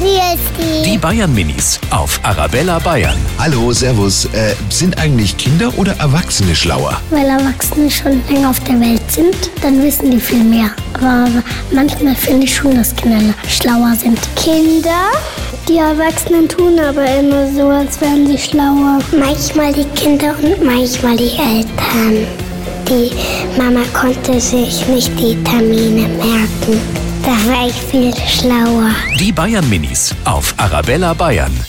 Wie ist Die Bayern Minis auf Arabella Bayern. Hallo, Servus. Äh, sind eigentlich Kinder oder Erwachsene schlauer? Weil Erwachsene schon länger auf der Welt sind, dann wissen die viel mehr. Aber manchmal finde ich schon, dass Kinder schlauer sind. Kinder? Die Erwachsenen tun aber immer so, als wären sie schlauer. Manchmal die Kinder und manchmal die Eltern. Die Mama konnte sich nicht die Termine merken. Da war ich viel schlauer. Die Bayern Minis auf Arabella Bayern.